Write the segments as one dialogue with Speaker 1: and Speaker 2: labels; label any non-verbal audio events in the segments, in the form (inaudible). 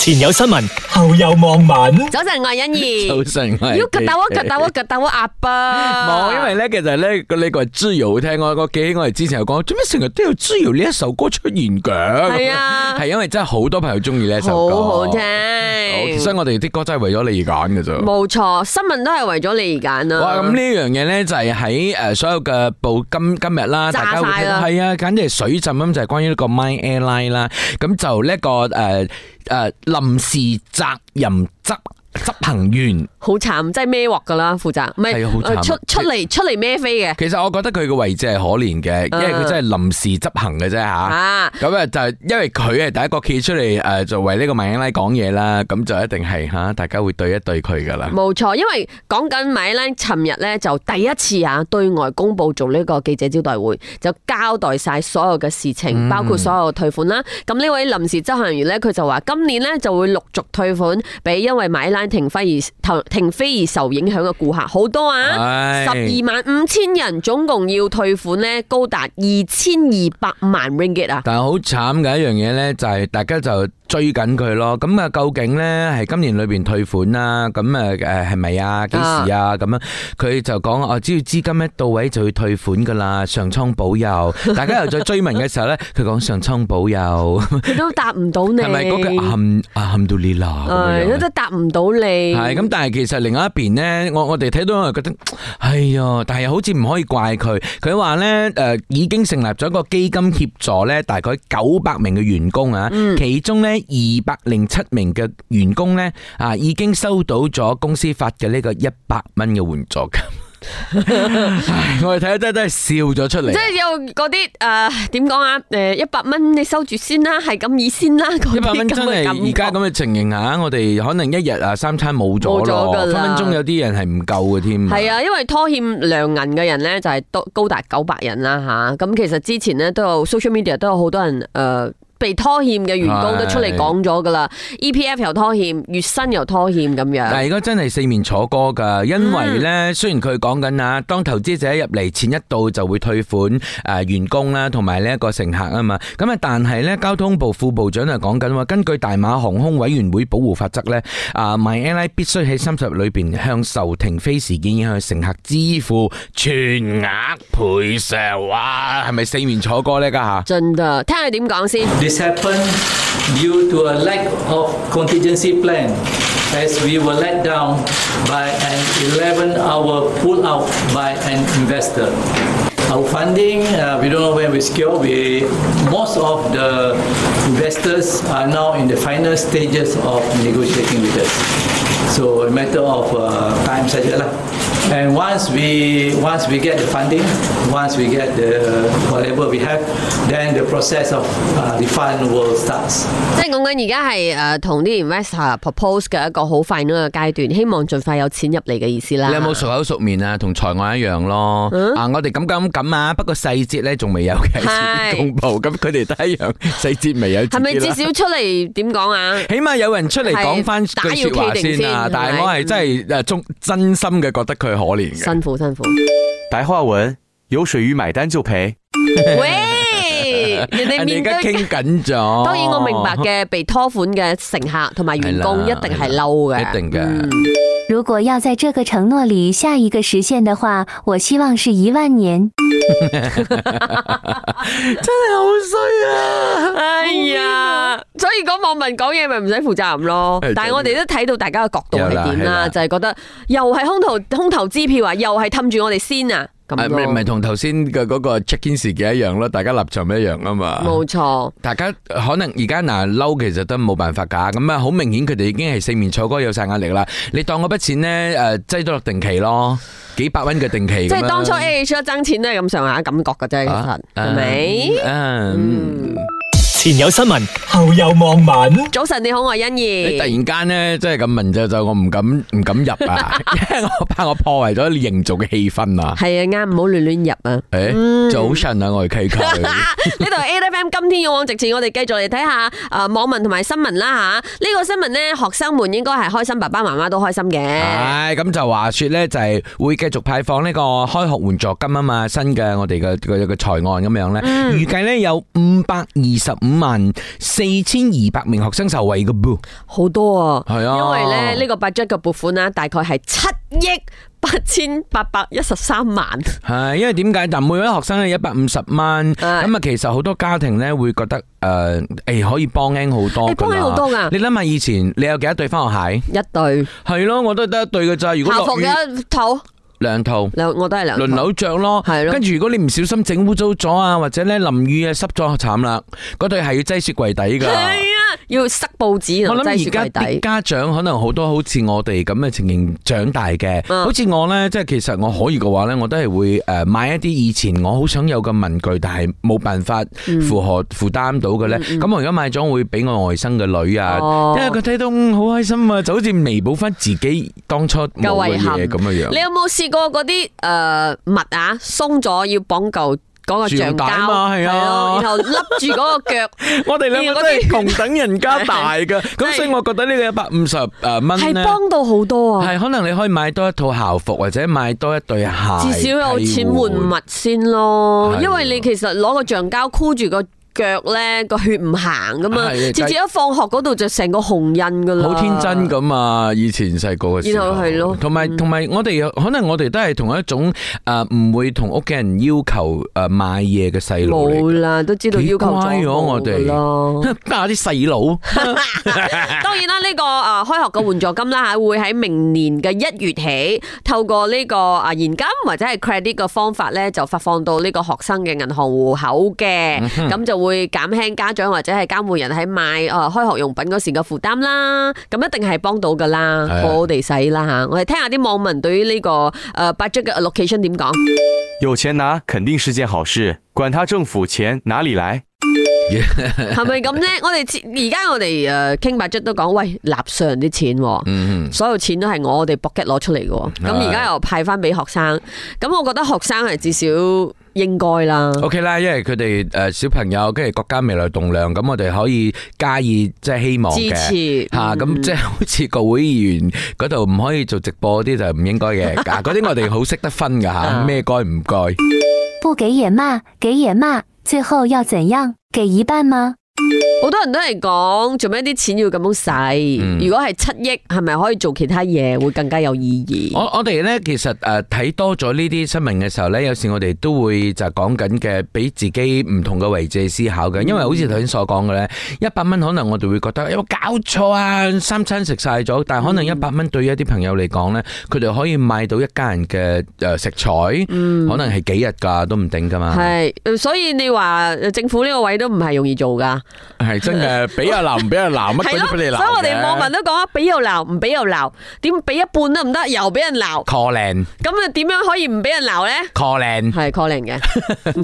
Speaker 1: 前有新聞，後有網民。
Speaker 2: 早晨，我係欣 (laughs) 怡。
Speaker 3: 早晨，我係
Speaker 2: 要夾斗啊，夾斗啊，夾斗啊，阿伯。
Speaker 3: 冇，因為咧，其實咧，你個豬油聽我，我記起我哋之前有講，做咩成日都有豬油呢一首歌出現㗎？
Speaker 2: 係啊
Speaker 3: 係因為真係好多朋友中意呢一首歌，
Speaker 2: 好好聽。
Speaker 3: 好所以我哋啲歌真係為咗你而揀嘅啫。
Speaker 2: 冇錯，新聞都係為咗你而揀啊。
Speaker 3: 哇！咁呢樣嘢咧就係喺誒所有嘅報今今日啦，
Speaker 2: 炸
Speaker 3: 大家會睇到
Speaker 2: 晒啦
Speaker 3: 係啊，簡直係水浸咁，就係關於呢個 My Airline 啦，咁就呢一個誒誒臨時責任執執行員。
Speaker 2: 好慘，真係孭鑊㗎啦，負責唔
Speaker 3: 係啊好慘啊
Speaker 2: 係呃出出嚟出嚟孭飛嘅
Speaker 3: 其實我覺得佢嘅位置係可憐嘅，因為佢真係臨時執行嘅啫吓。
Speaker 2: 啊。
Speaker 3: 咁啊，就係因為佢係第一個企出嚟誒，就為呢個馬英拉講嘢啦，咁就一定係吓，大家會對一對佢噶啦。
Speaker 2: 冇錯，因為講緊米蘭，尋日咧就第一次啊對外公佈做呢個記者招待會，就交代晒所有嘅事情，
Speaker 3: 嗯
Speaker 2: 包括所有退款啦。咁呢位臨時執行員咧，佢就話今年咧就會陸續退款俾因為米蘭停飛而停飛而受影響嘅顧客好多啊，
Speaker 3: 唉
Speaker 2: 十二萬五千人總共要退款咧，高達二千二百萬 ringgit
Speaker 3: (laughs)
Speaker 2: 啊！
Speaker 3: 但係好慘嘅一樣嘢呢，就係大家就追緊佢咯。咁啊，究竟呢係今年裏邊退款啦？咁啊誒係咪啊？幾時啊？咁樣佢就講哦，只要資金一到位就要退款噶啦，上蒼保佑。大家又再追問嘅時候呢，佢講上蒼保佑，
Speaker 2: 佢都答唔到你，
Speaker 3: 係咪嗰句含啊含到你啦？咁樣
Speaker 2: 唉
Speaker 3: 樣
Speaker 2: 都答唔到你，
Speaker 3: 係咁，但係其實另外一邊咧，我我哋睇到我覺得，哎呀，但係好似唔可以怪佢。佢話咧，誒、已經成立咗一個基金協助咧，大概九百名嘅員工啊，其中咧二百零七名嘅員工咧啊，已經收到咗公司發嘅呢個一百蚊嘅援助金。唉我哋睇得真係笑咗出嚟
Speaker 2: 即。係有嗰啲誒點講啊？誒一百蚊你收住先啦，係咁意先啦，嗰啲
Speaker 3: 一百蚊
Speaker 2: 咁嘅
Speaker 3: 真係
Speaker 2: 感覺
Speaker 3: 而家咁嘅情形下，我哋可能一日啊三餐冇咗
Speaker 2: 冇咗
Speaker 3: 咯，
Speaker 2: 㗎
Speaker 3: 分
Speaker 2: 啦
Speaker 3: 分鐘有啲人係唔夠嘅添。
Speaker 2: 係啊，因為拖欠糧銀嘅人咧就係多高達九百人啦吓，咁其實之前咧都有 social media 都有好多人誒。呃被拖欠嘅員工都出嚟講咗噶啦，EPF 又拖欠，月薪又拖欠咁
Speaker 3: 但
Speaker 2: 樣，
Speaker 3: 係而家真係四面楚歌㗎，因為呢，雖然佢講緊啊，當投資者入嚟錢一到就會退款誒、呃、員工啦，同埋呢一個乘客啊嘛。咁啊，但係呢，交通部副部長就講緊話，啊根據大馬航空委員會保護法則呢，啊 My Airline 必須喺三十日裏邊向受停飛事件影響乘客支付全額賠償。哇，係咪四面楚歌呢？家下？
Speaker 2: 真㗎。聽佢點講先。
Speaker 4: This happened due to a lack of contingency plan as we were let down by an 11-hour pullout by an investor. Our funding, uh, we don't know when we secure. We, most of the investors are now in the final stages of negotiating with us. So a matter of uh, time saja lah. And once we once we get the funding, once we get the whatever we have, then the process of uh, refund will starts.
Speaker 2: 即係講緊而家係誒同啲 investor propose 嘅一個好 final 嘅階段，希望盡快有錢入嚟嘅意思啦。
Speaker 3: 你有冇熟口熟面啊？同財案一樣咯。啊，我哋咁咁咁啊，不過細節咧仲未有嘅
Speaker 2: 嗯係
Speaker 3: 公佈，咁佢哋都一樣細節未有自己
Speaker 2: 係
Speaker 3: 啦。
Speaker 2: 咪至少出嚟點講啊？
Speaker 3: 起碼有人出嚟講翻句説話先啊！
Speaker 2: 係打要
Speaker 3: 但
Speaker 2: 企定先
Speaker 3: 係我係真係誒中真心嘅覺得佢可憐嘅。
Speaker 2: 辛苦辛
Speaker 3: (laughs)
Speaker 2: 苦，
Speaker 5: 白话文：有水鱼买单就赔。
Speaker 2: 喂，人哋面
Speaker 3: 人哋而家
Speaker 2: 對。
Speaker 3: 傾緊
Speaker 2: (laughs)
Speaker 3: 咗，
Speaker 2: 當然我明白嘅，被拖款嘅乘客同埋員工一
Speaker 3: 係啦
Speaker 2: 定係嬲嘅，
Speaker 3: 一定嘅
Speaker 2: 嗯
Speaker 6: 如果要在这个承诺里下一个实现的话，我希望是一万年。
Speaker 3: 真係好衰啊！
Speaker 2: 哎呀，所以講網民講嘢咪唔使負責任咯
Speaker 3: 係。
Speaker 2: 但係我哋都睇到大家嘅角度係點
Speaker 3: 有啦係啦
Speaker 2: 啦，就係覺得又係空頭空頭支票啊，又係氹住我哋先啊，咁
Speaker 3: 誒咪
Speaker 2: 咯，
Speaker 3: 咪同頭先嘅嗰個 check in 事件一樣咯，大家立場唔一樣啊嘛。
Speaker 2: 冇錯。
Speaker 3: 大家可能而家嗱嬲，其實都冇辦法㗎。咁啊，好明顯佢哋已經係四面楚歌，有晒壓力啦。你當嗰筆錢咧，誒擠咗落定期咯，幾百蚊嘅定期咁樣。
Speaker 2: 即係當初 A H 一爭錢都係咁上下感覺嘅啫，其實
Speaker 3: 啊
Speaker 2: 係咪？
Speaker 3: 嗯。嗯
Speaker 1: 前有新聞，後有網民。
Speaker 2: 早晨你好，我係欣
Speaker 3: 你突
Speaker 2: 怡。
Speaker 3: 然間咧，即係咁問就就我唔敢唔敢入啊， (laughs) 因為我怕我破壞咗你營造嘅氣氛啊。
Speaker 2: 係啊，啱，唔好亂亂入啊！
Speaker 3: 誒，早晨啊，我係 K 球。
Speaker 2: (laughs) 呢度 A F M 今天勇往直前，我哋繼續嚟睇下诶网民同埋新聞啦吓。呢、個新聞呢，學生們應該係開心，爸爸媽媽都開心嘅。
Speaker 3: 唉，咁就話說咧，就係會繼續派放呢個開學
Speaker 2: 嗯
Speaker 3: 援助金啊嘛，新嘅我哋嘅嘅嘅財案咁樣咧，預計咧有五百二十五五萬四千二百名學生受惠嘅噃。
Speaker 2: 好多啊，
Speaker 3: 係啊
Speaker 2: 因為咧呢、個八 j 嘅撥款啦，大概係七億八千八百一十三萬，
Speaker 3: 系，因為點解？但每位學生係一百五十
Speaker 2: 係
Speaker 3: 蚊，咁啊，其實好多家庭咧會覺得诶，诶、可以幫 N 好多㗎
Speaker 2: 誒
Speaker 3: 啦
Speaker 2: 幫 N 好多㗎
Speaker 3: 你諗下以前你有幾多對翻學鞋？
Speaker 2: 一對
Speaker 3: 係咯，我都得一對嘅咋。如果
Speaker 2: 校
Speaker 3: 落
Speaker 2: 服
Speaker 3: 雨
Speaker 2: 嘅一套，
Speaker 3: 兩套。
Speaker 2: 兩我都係兩套
Speaker 3: 輪流着咯，
Speaker 2: 係咯
Speaker 3: 跟住如果你唔小心整污糟咗啊，或者咧淋雨啊濕咗慘啦，嗰對係要擠雪櫃底
Speaker 2: (laughs) 係
Speaker 3: 㗎。
Speaker 2: 啊，要塞報紙
Speaker 3: 我
Speaker 2: 同擠
Speaker 3: 諗
Speaker 2: 雪櫃
Speaker 3: 而家啲
Speaker 2: 底。
Speaker 3: 家長可能好多好似我哋咁嘅情形長大嘅，
Speaker 2: 嗯
Speaker 3: 好似我呢，即係其實我可以嘅話呢，我都係會诶买一啲以前我好想有嘅文具，但係冇辦法
Speaker 2: 嗯
Speaker 3: 負荷負擔到嘅呢。咁、我而家買咗會俾我外甥嘅女啊，
Speaker 2: 哦
Speaker 3: 因為佢睇到嗯好開心啊，就好似彌補翻自己當初
Speaker 2: 嘅
Speaker 3: 冇嘅
Speaker 2: 遺憾
Speaker 3: 嘢咁嘅
Speaker 2: 你
Speaker 3: 樣。
Speaker 2: 有冇試過嗰啲誒襪啊鬆咗要綁嚿嗰個橡
Speaker 3: 橡帶
Speaker 2: 膠
Speaker 3: 嘛係啊
Speaker 2: 咯然後笠住嗰個腳，
Speaker 3: 我哋兩個都係同等人家大嘅，
Speaker 2: (laughs)
Speaker 3: 咁所以我覺得呢個一百五十诶蚊
Speaker 2: 係
Speaker 3: 呢。
Speaker 2: 幫到好多啊！
Speaker 3: 系可能你可以買多一套校服或者買多一對鞋，
Speaker 2: 至少有錢換
Speaker 3: 替
Speaker 2: 物先咯，
Speaker 3: 係
Speaker 2: 因為你其實攞個橡膠箍住個腳咧，個血唔行噶嘛，
Speaker 3: 啊係
Speaker 2: 直接一放學嗰度就成個紅印噶啦，
Speaker 3: 好天真。咁啊！以前細個嘅時候，
Speaker 2: 然後係咯嗯
Speaker 3: 同埋同埋我哋有可能我哋都係同一種诶唔會同屋企人要求诶買嘢嘅細路嚟
Speaker 2: 冇啦，都知道要求
Speaker 3: 幾乖
Speaker 2: 咗
Speaker 3: 咗我哋
Speaker 2: 咯。
Speaker 3: (laughs) 嘅，家下啲細佬 (laughs)
Speaker 2: 當然啦，呢、個个啊开学嘅援助金啦吓，會喺明年嘅一月起，透過呢個啊現金或者係 credit 嘅方法咧，就發放到呢個學生嘅銀行户口嘅，咁、就會減輕家長或者係監護人喺買诶、啊、开学用品嗰時嘅負擔啦。咁一定係幫到噶啦
Speaker 3: 係啊，
Speaker 2: 好好地使啦吓。我哋聽下啲網民對於呢、個个诶 budget 嘅 allocation 點
Speaker 3: (laughs)
Speaker 2: 講。
Speaker 5: 有钱拿肯定是件好事，管他政府钱哪里来。
Speaker 2: 係咪咁咧？我哋知而家我哋诶倾 budget 都講，喂，納税人啲錢喎。
Speaker 3: 嗯
Speaker 2: 所有錢都係我哋 pocket 攞出嚟嘅喎，
Speaker 3: 係
Speaker 2: 咁而家又派翻俾學生，咁我覺得學生係至少應該啦。
Speaker 3: OK 啦，因為佢哋诶小朋友，跟住國家未來棟量，咁我哋可以加以即係希望
Speaker 2: 支
Speaker 3: 嘅。
Speaker 2: 持
Speaker 3: 吓咁、
Speaker 2: 嗯
Speaker 3: 即係好似國會議員嗰度唔可以做直播嗰啲就唔應該嘅，啊嗰啲我哋好識得分噶吓，
Speaker 2: 啊
Speaker 3: 咩該唔該？
Speaker 6: 不给也骂，给也骂，最后要怎样？给一半吗？
Speaker 2: 好多人都係講做咩啲錢要咁樣使？
Speaker 3: 嗯
Speaker 2: 如果係七億，係咪可以做其他嘢會更加有意義？
Speaker 3: 我我哋咧其實诶睇多咗呢啲新聞嘅時候咧，有時我哋都會就係講緊嘅，俾自己唔同嘅位置去思考嘅，因為好似頭先所講嘅咧，一百蚊可能我哋會覺得有冇搞錯啊，三餐食晒咗，但係可能一百蚊對於一啲朋友嚟講咧，佢哋可以買到一家人嘅诶食材，可能係幾日㗎都唔定㗎嘛。
Speaker 2: 係，呃所以你話呃政府呢個位都唔係容易做㗎，
Speaker 3: 系真
Speaker 2: (laughs)
Speaker 3: 嘅，俾又鬧，唔俾又鬧，乜
Speaker 2: 係
Speaker 3: 鬼
Speaker 2: 咯。
Speaker 3: 都
Speaker 2: 所
Speaker 3: 俾
Speaker 2: 以
Speaker 3: 你
Speaker 2: 我哋
Speaker 3: 鬧嘅。
Speaker 2: 網民都講啊，俾又鬧，唔俾又鬧，點俾一半都唔得，又俾人鬧，
Speaker 3: call in
Speaker 2: 咁啊點樣可以唔俾人鬧咧？
Speaker 3: call in，
Speaker 2: 係 calling 嘅。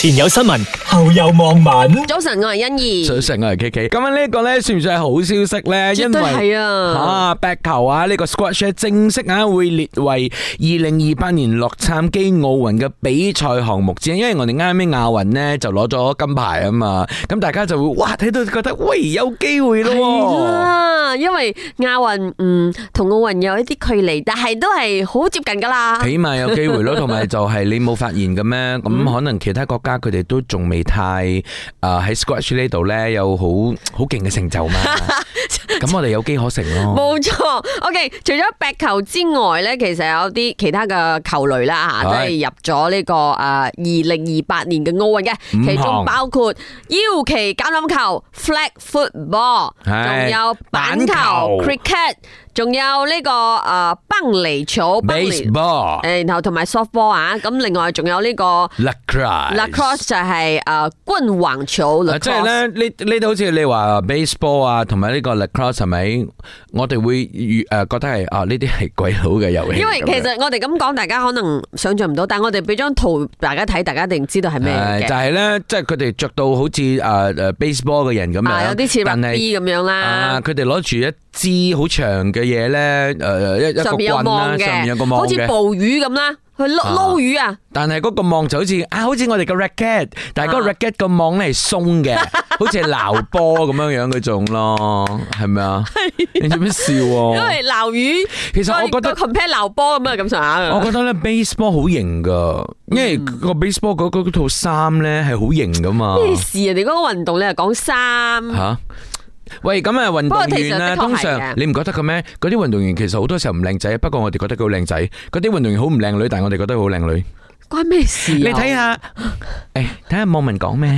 Speaker 1: 前有新聞，後有網民。
Speaker 2: 早晨，我係欣怡。
Speaker 3: 早晨，我係 K K。咁啊，呢個咧算唔算係好消息咧？
Speaker 2: 絕
Speaker 3: 因
Speaker 2: 對
Speaker 3: 為
Speaker 2: 係啊，
Speaker 3: 啊，壁球啊，呢、個 squash 咧正式啊會列為二零二八年洛杉磯奧運嘅比賽項目之一，因為我哋啱啱亞運呢就攞咗金牌啊嘛，咁大家就會哇睇到覺得喂有機會咯
Speaker 2: 係
Speaker 3: 喎。
Speaker 2: 啦，因為亞運嗯同奧運有一啲距離，但係都係好接近噶啦。
Speaker 3: 起碼有機會咯，同埋就係你冇發現嘅
Speaker 2: (laughs)
Speaker 3: 咩？咁可能其他國家佢哋都仲未太誒喺 squash 呢度咧有好好勁嘅成就
Speaker 2: (laughs)
Speaker 3: 嘛。咁我哋有機可乘咯。
Speaker 2: 冇錯，OK。除咗壁球之外咧，其實有啲其他嘅球類啦嚇，
Speaker 3: 係
Speaker 2: 都係入咗呢個誒二零二八年嘅奧運嘅，
Speaker 3: 五項
Speaker 2: 其中包括腰旗橄欖球、flag football，仲
Speaker 3: 係
Speaker 2: 有板球
Speaker 3: 板球、
Speaker 2: cricket，仲有呢個誒棒壘球、棒壘
Speaker 3: Baseball、
Speaker 2: 誒，然後同埋 softball à. 啊，咁另外仲有呢個
Speaker 3: lacrosse、
Speaker 2: lacrosse 就係誒棍橫球
Speaker 3: 嗱，即係
Speaker 2: lacrosse。
Speaker 3: 咧呢呢度好似你話 baseball 啊，同埋呢個 lacrosse 係咪？我哋會預誒覺得係啊，呢啲係鬼佬嘅遊戲。
Speaker 2: 因為
Speaker 3: 咁樣
Speaker 2: 其實我哋咁講，大家可能想像唔到，但係我哋俾張圖大家睇，大家一定知道係咩
Speaker 3: 係就
Speaker 2: 嘅。
Speaker 3: 係咧，即係佢哋着到好似誒誒 baseball 嘅人咁
Speaker 2: 啊，
Speaker 3: 樣，
Speaker 2: 有啲似
Speaker 3: 但係
Speaker 2: rugby 咁樣
Speaker 3: 啊！
Speaker 2: 啦，
Speaker 3: 佢哋攞住一支好長嘅嘢咧，誒、一一個
Speaker 2: 上面有
Speaker 3: 棍啦，
Speaker 2: 網
Speaker 3: 上面有個
Speaker 2: 嘅，
Speaker 3: 網
Speaker 2: 好似
Speaker 3: 嘅。
Speaker 2: 捕魚咁啦，去撈撈魚啊！
Speaker 3: 但係嗰個網就好似啊，好似我哋個 racket，但係嗰個
Speaker 2: 啊
Speaker 3: racket 個網咧係
Speaker 2: (laughs)
Speaker 3: 鬆嘅，好似係鬧波咁樣樣嗰種咯，係咪啊？你做咩笑喎？
Speaker 2: 因為撈魚，
Speaker 3: 哦其實我覺得
Speaker 2: 個 compare 撈波咁啊，咁上下
Speaker 3: 我
Speaker 2: 啊。
Speaker 3: 覺得咧 baseball 好型噶，因為個 baseball 嗰嗰套衫咧係好型噶嘛。
Speaker 2: 咩事啊？你嗰個運動你係講衫，
Speaker 3: 吓？喂，咁啊，運動員咧，
Speaker 2: 不過
Speaker 3: 通
Speaker 2: 其實的確係嘅
Speaker 3: 常你唔覺得嘅咩？嗰啲運動員其實好多時候唔靚仔，不過我哋覺得佢好靚仔；嗰啲運動員好唔靚女，但係我哋覺得佢好靚女。
Speaker 2: 關咩事啊？
Speaker 3: 你
Speaker 2: (laughs)
Speaker 3: 睇下，誒，睇下網民講咩？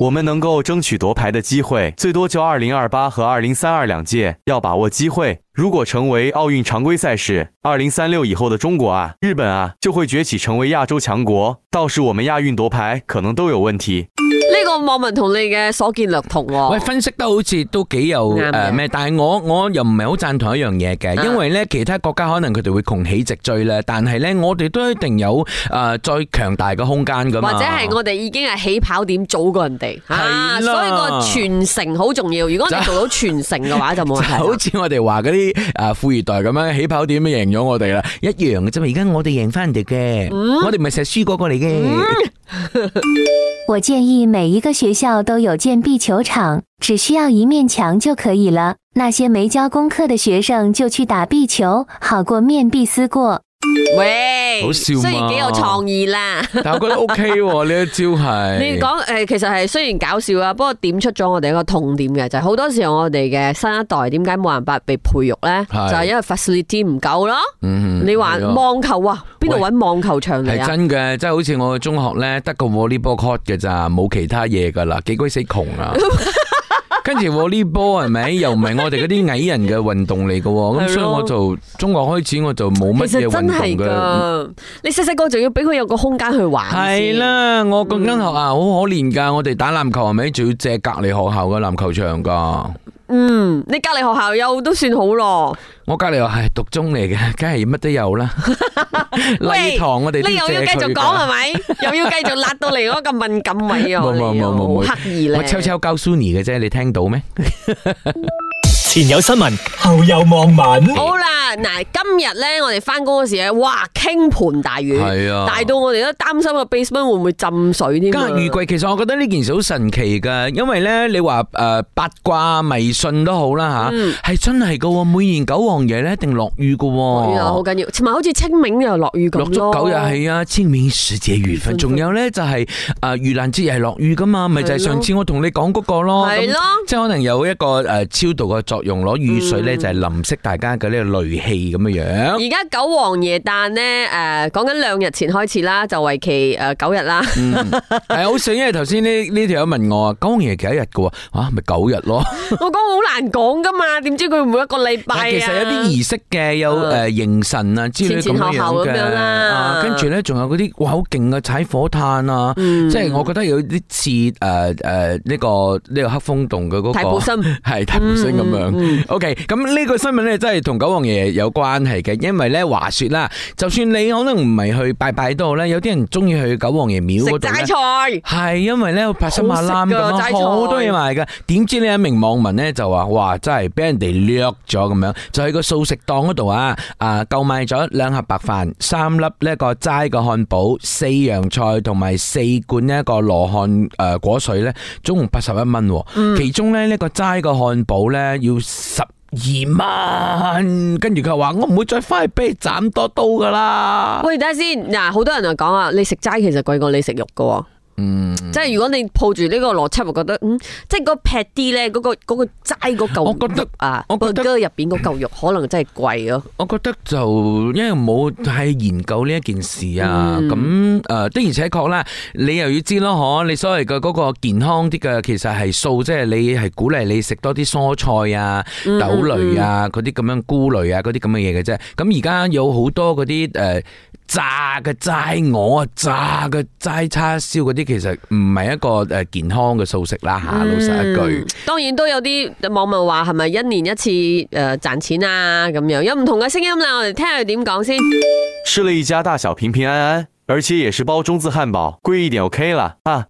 Speaker 5: 我们能够争取夺牌的机会，最多就二零二八和二零三二两届，要把握机会。如果成为奥运常规赛事，二零三六以后的中国啊、日本啊就会崛起成为亚洲强国，到时我们亚运夺牌可能都有问题。
Speaker 2: 呢個網民同你嘅所見略同
Speaker 3: 喂，
Speaker 2: 喎。
Speaker 3: 分析得好似都幾有
Speaker 2: 啱嘅
Speaker 3: 誒咩？但係我我又唔係好贊同一樣嘢嘅，
Speaker 2: 啊
Speaker 3: 因為咧其他國家可能佢哋會窮起直追咧，但係咧我哋都一定有誒再強大嘅空間噶
Speaker 2: 或
Speaker 3: 啊嘛。
Speaker 2: 者係我哋已經係起跑點早過人哋啊，
Speaker 3: 係啦
Speaker 2: 所以個傳承好重要。如果你做到傳承嘅話，就冇問題啦。
Speaker 3: (laughs) 好似我哋話嗰啲诶富二代咁樣起跑點贏咗我哋啦，一樣嘅啫嘛。而家我哋贏翻人哋嘅，
Speaker 2: 嗯
Speaker 3: 我哋唔係成日輸嗰個嚟嘅。
Speaker 6: 我建议每一个学校都有建壁球场，只需要一面墙就可以了。那些没交功课的学生就去打壁球，好过面壁思过。
Speaker 2: 喂，
Speaker 3: 好笑嘛
Speaker 2: 雖然幾有創意啦。
Speaker 3: 但我覺得 OK 喎，呢一招 (laughs) 係。
Speaker 2: 你講誒、其實係雖然搞笑啊，不過點出咗我哋一個痛點嘅，就係、好多時候我哋嘅新一代點解冇辦法被培育咧？就
Speaker 3: 係
Speaker 2: 係因為 facility 唔夠咯。
Speaker 3: 嗯
Speaker 2: 你話
Speaker 3: 係啊
Speaker 2: 網球啊，邊度
Speaker 3: 喂
Speaker 2: 揾網球場嚟
Speaker 3: 係
Speaker 2: 啊？
Speaker 3: 真嘅，即係好似我中學咧，得個 volleyball court 嘅咋，冇其他嘢噶啦，幾鬼死窮
Speaker 2: (laughs)
Speaker 3: 啊！跟住 volleyball 係咪又唔係我哋嗰啲矮人嘅運動嚟嘅喎，咁
Speaker 2: 係
Speaker 3: 所以
Speaker 2: 咯
Speaker 3: 我就中學開始我就冇乜
Speaker 2: 其
Speaker 3: 嘢
Speaker 2: 實真
Speaker 3: 運
Speaker 2: 係
Speaker 3: 動嘅。
Speaker 2: 㗎，你細細個仲要俾佢有個空間去玩
Speaker 3: 系
Speaker 2: 先。
Speaker 3: 啦，我個間學校好可憐㗎，我哋打籃球係咪仲要借隔離學校嘅籃球場㗎？
Speaker 2: 嗯，你隔離學校有都算好咯。
Speaker 3: 我隔離學校係讀中嚟嘅，梗係乜都有啦。
Speaker 2: 喂
Speaker 3: 禮堂我哋都
Speaker 2: 你又要
Speaker 3: 借
Speaker 2: 繼續
Speaker 3: 佢
Speaker 2: 講係咪？又要繼續辣到嚟嗰個敏感位啊！
Speaker 3: 冇冇
Speaker 2: 你又
Speaker 3: 冇冇冇
Speaker 2: 好刻意咧。
Speaker 3: 我悄悄教 Sunny 嘅啫，你聽到咩？
Speaker 1: 前有新聞，後有網民。
Speaker 2: 好啦，嗱，今日咧我哋翻工嗰時咧，哇，傾盆大雨，
Speaker 3: 係啊
Speaker 2: 大到我哋都擔心個 basement 會唔會浸水添啊。
Speaker 3: 家下雨季，其實我覺得呢件事好神奇㗎，因為咧你話誒八卦迷信都好啦
Speaker 2: Ừ.
Speaker 3: 吓，係真係㗎喎，每年九皇爺咧一定落雨㗎
Speaker 2: 雨啊，好
Speaker 3: 喎。
Speaker 2: 緊要，同埋好似清明又落雨咁
Speaker 3: 落足
Speaker 2: 咯嗯
Speaker 3: 九日係啊，清明時節雨紛紛。仲有咧就係誒盂蘭節又係落雨㗎嘛，咪就係
Speaker 2: 係咯
Speaker 3: 上次我同你講嗰個咯。咁
Speaker 2: 係咯
Speaker 3: 即係可能有一個誒超度嘅作用，攞雨水
Speaker 2: 嗯
Speaker 3: 咧就係淋熄大家嘅呢個戾氣咁
Speaker 2: (laughs)
Speaker 3: 樣樣。
Speaker 2: 而家九皇夜誕咧，誒、講緊兩日前開始啦，就為期誒、九日啦。
Speaker 3: 係好想，因為頭先呢呢條友問我啊，九紅爺幾多日嘅喎？啊，咪九日
Speaker 2: (laughs)
Speaker 3: 咯。
Speaker 2: 我講好難講噶嘛，點知佢每一個禮拜、啊、
Speaker 3: 但其實有啲儀式嘅，有
Speaker 2: 嗯
Speaker 3: 誒迎神啊之類咁樣
Speaker 2: 前前後後咁
Speaker 3: 樣嘅
Speaker 2: 樣啦
Speaker 3: 啊，跟住咧仲有嗰啲哇好勁嘅踩火炭啊，
Speaker 2: 嗯
Speaker 3: 即係我覺得有啲似誒誒呢個呢個黑風洞嘅嗰個
Speaker 2: 太保心
Speaker 3: (laughs) 係太保心咁
Speaker 2: 嗯 Ừ.
Speaker 3: 樣。OK，咁呢個新聞咧真係同九皇爺有關係嘅，因為咧話説啦，就算你可能唔係去拜拜都好咧，有啲人中意去九皇爺廟
Speaker 2: 食
Speaker 3: 嗰度
Speaker 2: 齋
Speaker 3: 呢
Speaker 2: 菜。
Speaker 3: 係因為咧拍新馬
Speaker 2: 好
Speaker 3: 攬
Speaker 2: 食
Speaker 3: 咁
Speaker 2: 㗎
Speaker 3: 樣
Speaker 2: 齋菜
Speaker 3: 好多嘢賣㗎。點知呢一名網民咧就話：哇，真係俾人哋掠咗咁樣，就喺個素食檔嗰度啊，啊購買咗兩盒白飯、三粒呢個齋嘅漢堡、四樣菜同埋四罐呢一個羅漢誒果水咧，總共八十一蚊喎。
Speaker 2: 嗯
Speaker 3: 其中咧呢個齋嘅漢堡咧要十。二蚊，跟住佢話：我唔會再翻去俾你斬多刀噶啦。
Speaker 2: 喂，等下先，嗱，好多人就講啊，你食齋其實貴過你食肉噶喎。嗯，即係如果你抱住呢個邏輯，我覺得嗯，即係嗰劈啲咧，嗰、個嗰、個齋嗰嚿
Speaker 3: 我覺得
Speaker 2: 肉啊，
Speaker 3: 我覺得
Speaker 2: burger 入邊嗰嚿肉可能真係貴咯。
Speaker 3: 我覺得就因為冇太研究呢一件事啊，
Speaker 2: 嗯
Speaker 3: 咁誒、呃的而且確啦，你又要知咯，嗬，你所謂嘅嗰個健康啲嘅，其實係素，即係你係鼓勵你食多啲蔬菜啊、
Speaker 2: 嗯
Speaker 3: 豆類啊、嗰啲咁樣菇類啊、嗰啲咁嘅嘢嘅啫。咁而家有好多嗰啲誒炸嘅齋鵝啊、炸嘅齋叉燒嗰啲，其實唔係一個誒健康嘅素食啦嚇，啊老實一句
Speaker 2: 嗯。，當然都有啲網民話係咪一年一次誒、呃、賺錢啊咁樣，有唔同嘅聲音啦，我哋聽下佢點講先。
Speaker 5: 吃了一家大小平平安安，而且也是包中字汉堡，贵一点 OK 了啊。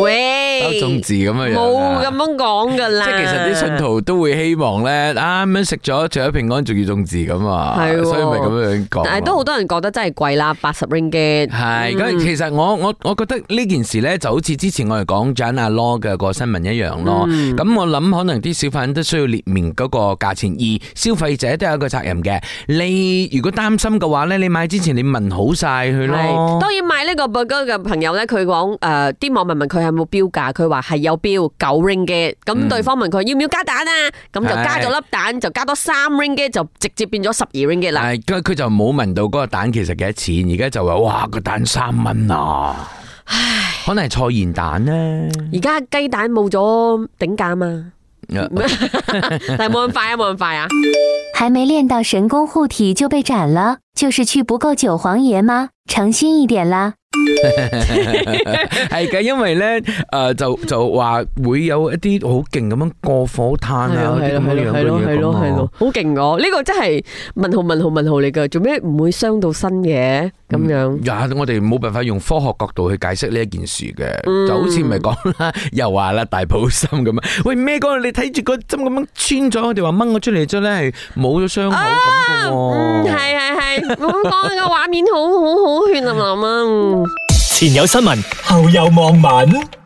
Speaker 2: 喂，
Speaker 3: 包粽子咁嘅樣
Speaker 2: 冇
Speaker 3: 啊
Speaker 2: 咁樣講噶啦。
Speaker 3: 即係其實啲信徒都會希望咧，啱啱食咗除咗平安，仲要中字咁啊，
Speaker 2: 係喎
Speaker 3: 所以咪咁樣講咯。啊
Speaker 2: 但係都好嗯多人覺得真係貴啦，八十 ringgit。
Speaker 3: 係，咁其實我我我覺得呢件事咧，就好似之前我哋講緊阿 Law 嘅個新聞一樣咯。
Speaker 2: 嗯
Speaker 3: 咁、我諗可能啲小販都需要列明嗰個價錢，而消費者都有一個責任嘅。你如果擔心嘅話咧，你買之前你問好晒佢
Speaker 2: 係
Speaker 3: 咯。
Speaker 2: 當然買呢個 burger 嘅朋友咧，佢講誒啲網民問佢有冇標價，佢話係有標九 ringgit。咁對方問佢要唔要加蛋啊，咁就加咗粒蛋，就加多三 ringgit，就直接變咗十二 ringgit 啦。
Speaker 3: 係佢佢就冇問到嗰個蛋其實幾多錢，而家就話哇個蛋三蚊啊，可能係菜鹽蛋咧。
Speaker 2: 而家雞蛋冇咗頂價嘛，
Speaker 3: 啊 (laughs)
Speaker 2: 但係冇咁快啊，冇咁快啊。
Speaker 6: 还没练到神功护体就被斩了，就是去不够九皇爷吗？诚心一点啦。
Speaker 3: 系嘅，因為咧，诶、就就话会有一啲好勁咁樣過火炭啊，嗰啲咁樣樣嘅嘢咁啊，
Speaker 2: 好勁我呢個真係問號問號問號嚟㗎，做咩唔會傷到身嘅咁樣？
Speaker 3: 呀，我哋冇辦法用科學角度去解釋呢一件事嘅，就好似咪講啦，又話啦大普心咁啊， (laughs) 喂咩哥，你睇住個針咁樣穿咗，我哋話掹咗出嚟之後咧係冇咗傷口咁嘅
Speaker 2: 嗯，
Speaker 3: 喎。
Speaker 2: 係係係，我咁講個畫面好好好血淋淋啊！嗯
Speaker 1: 前有新聞，後有網民。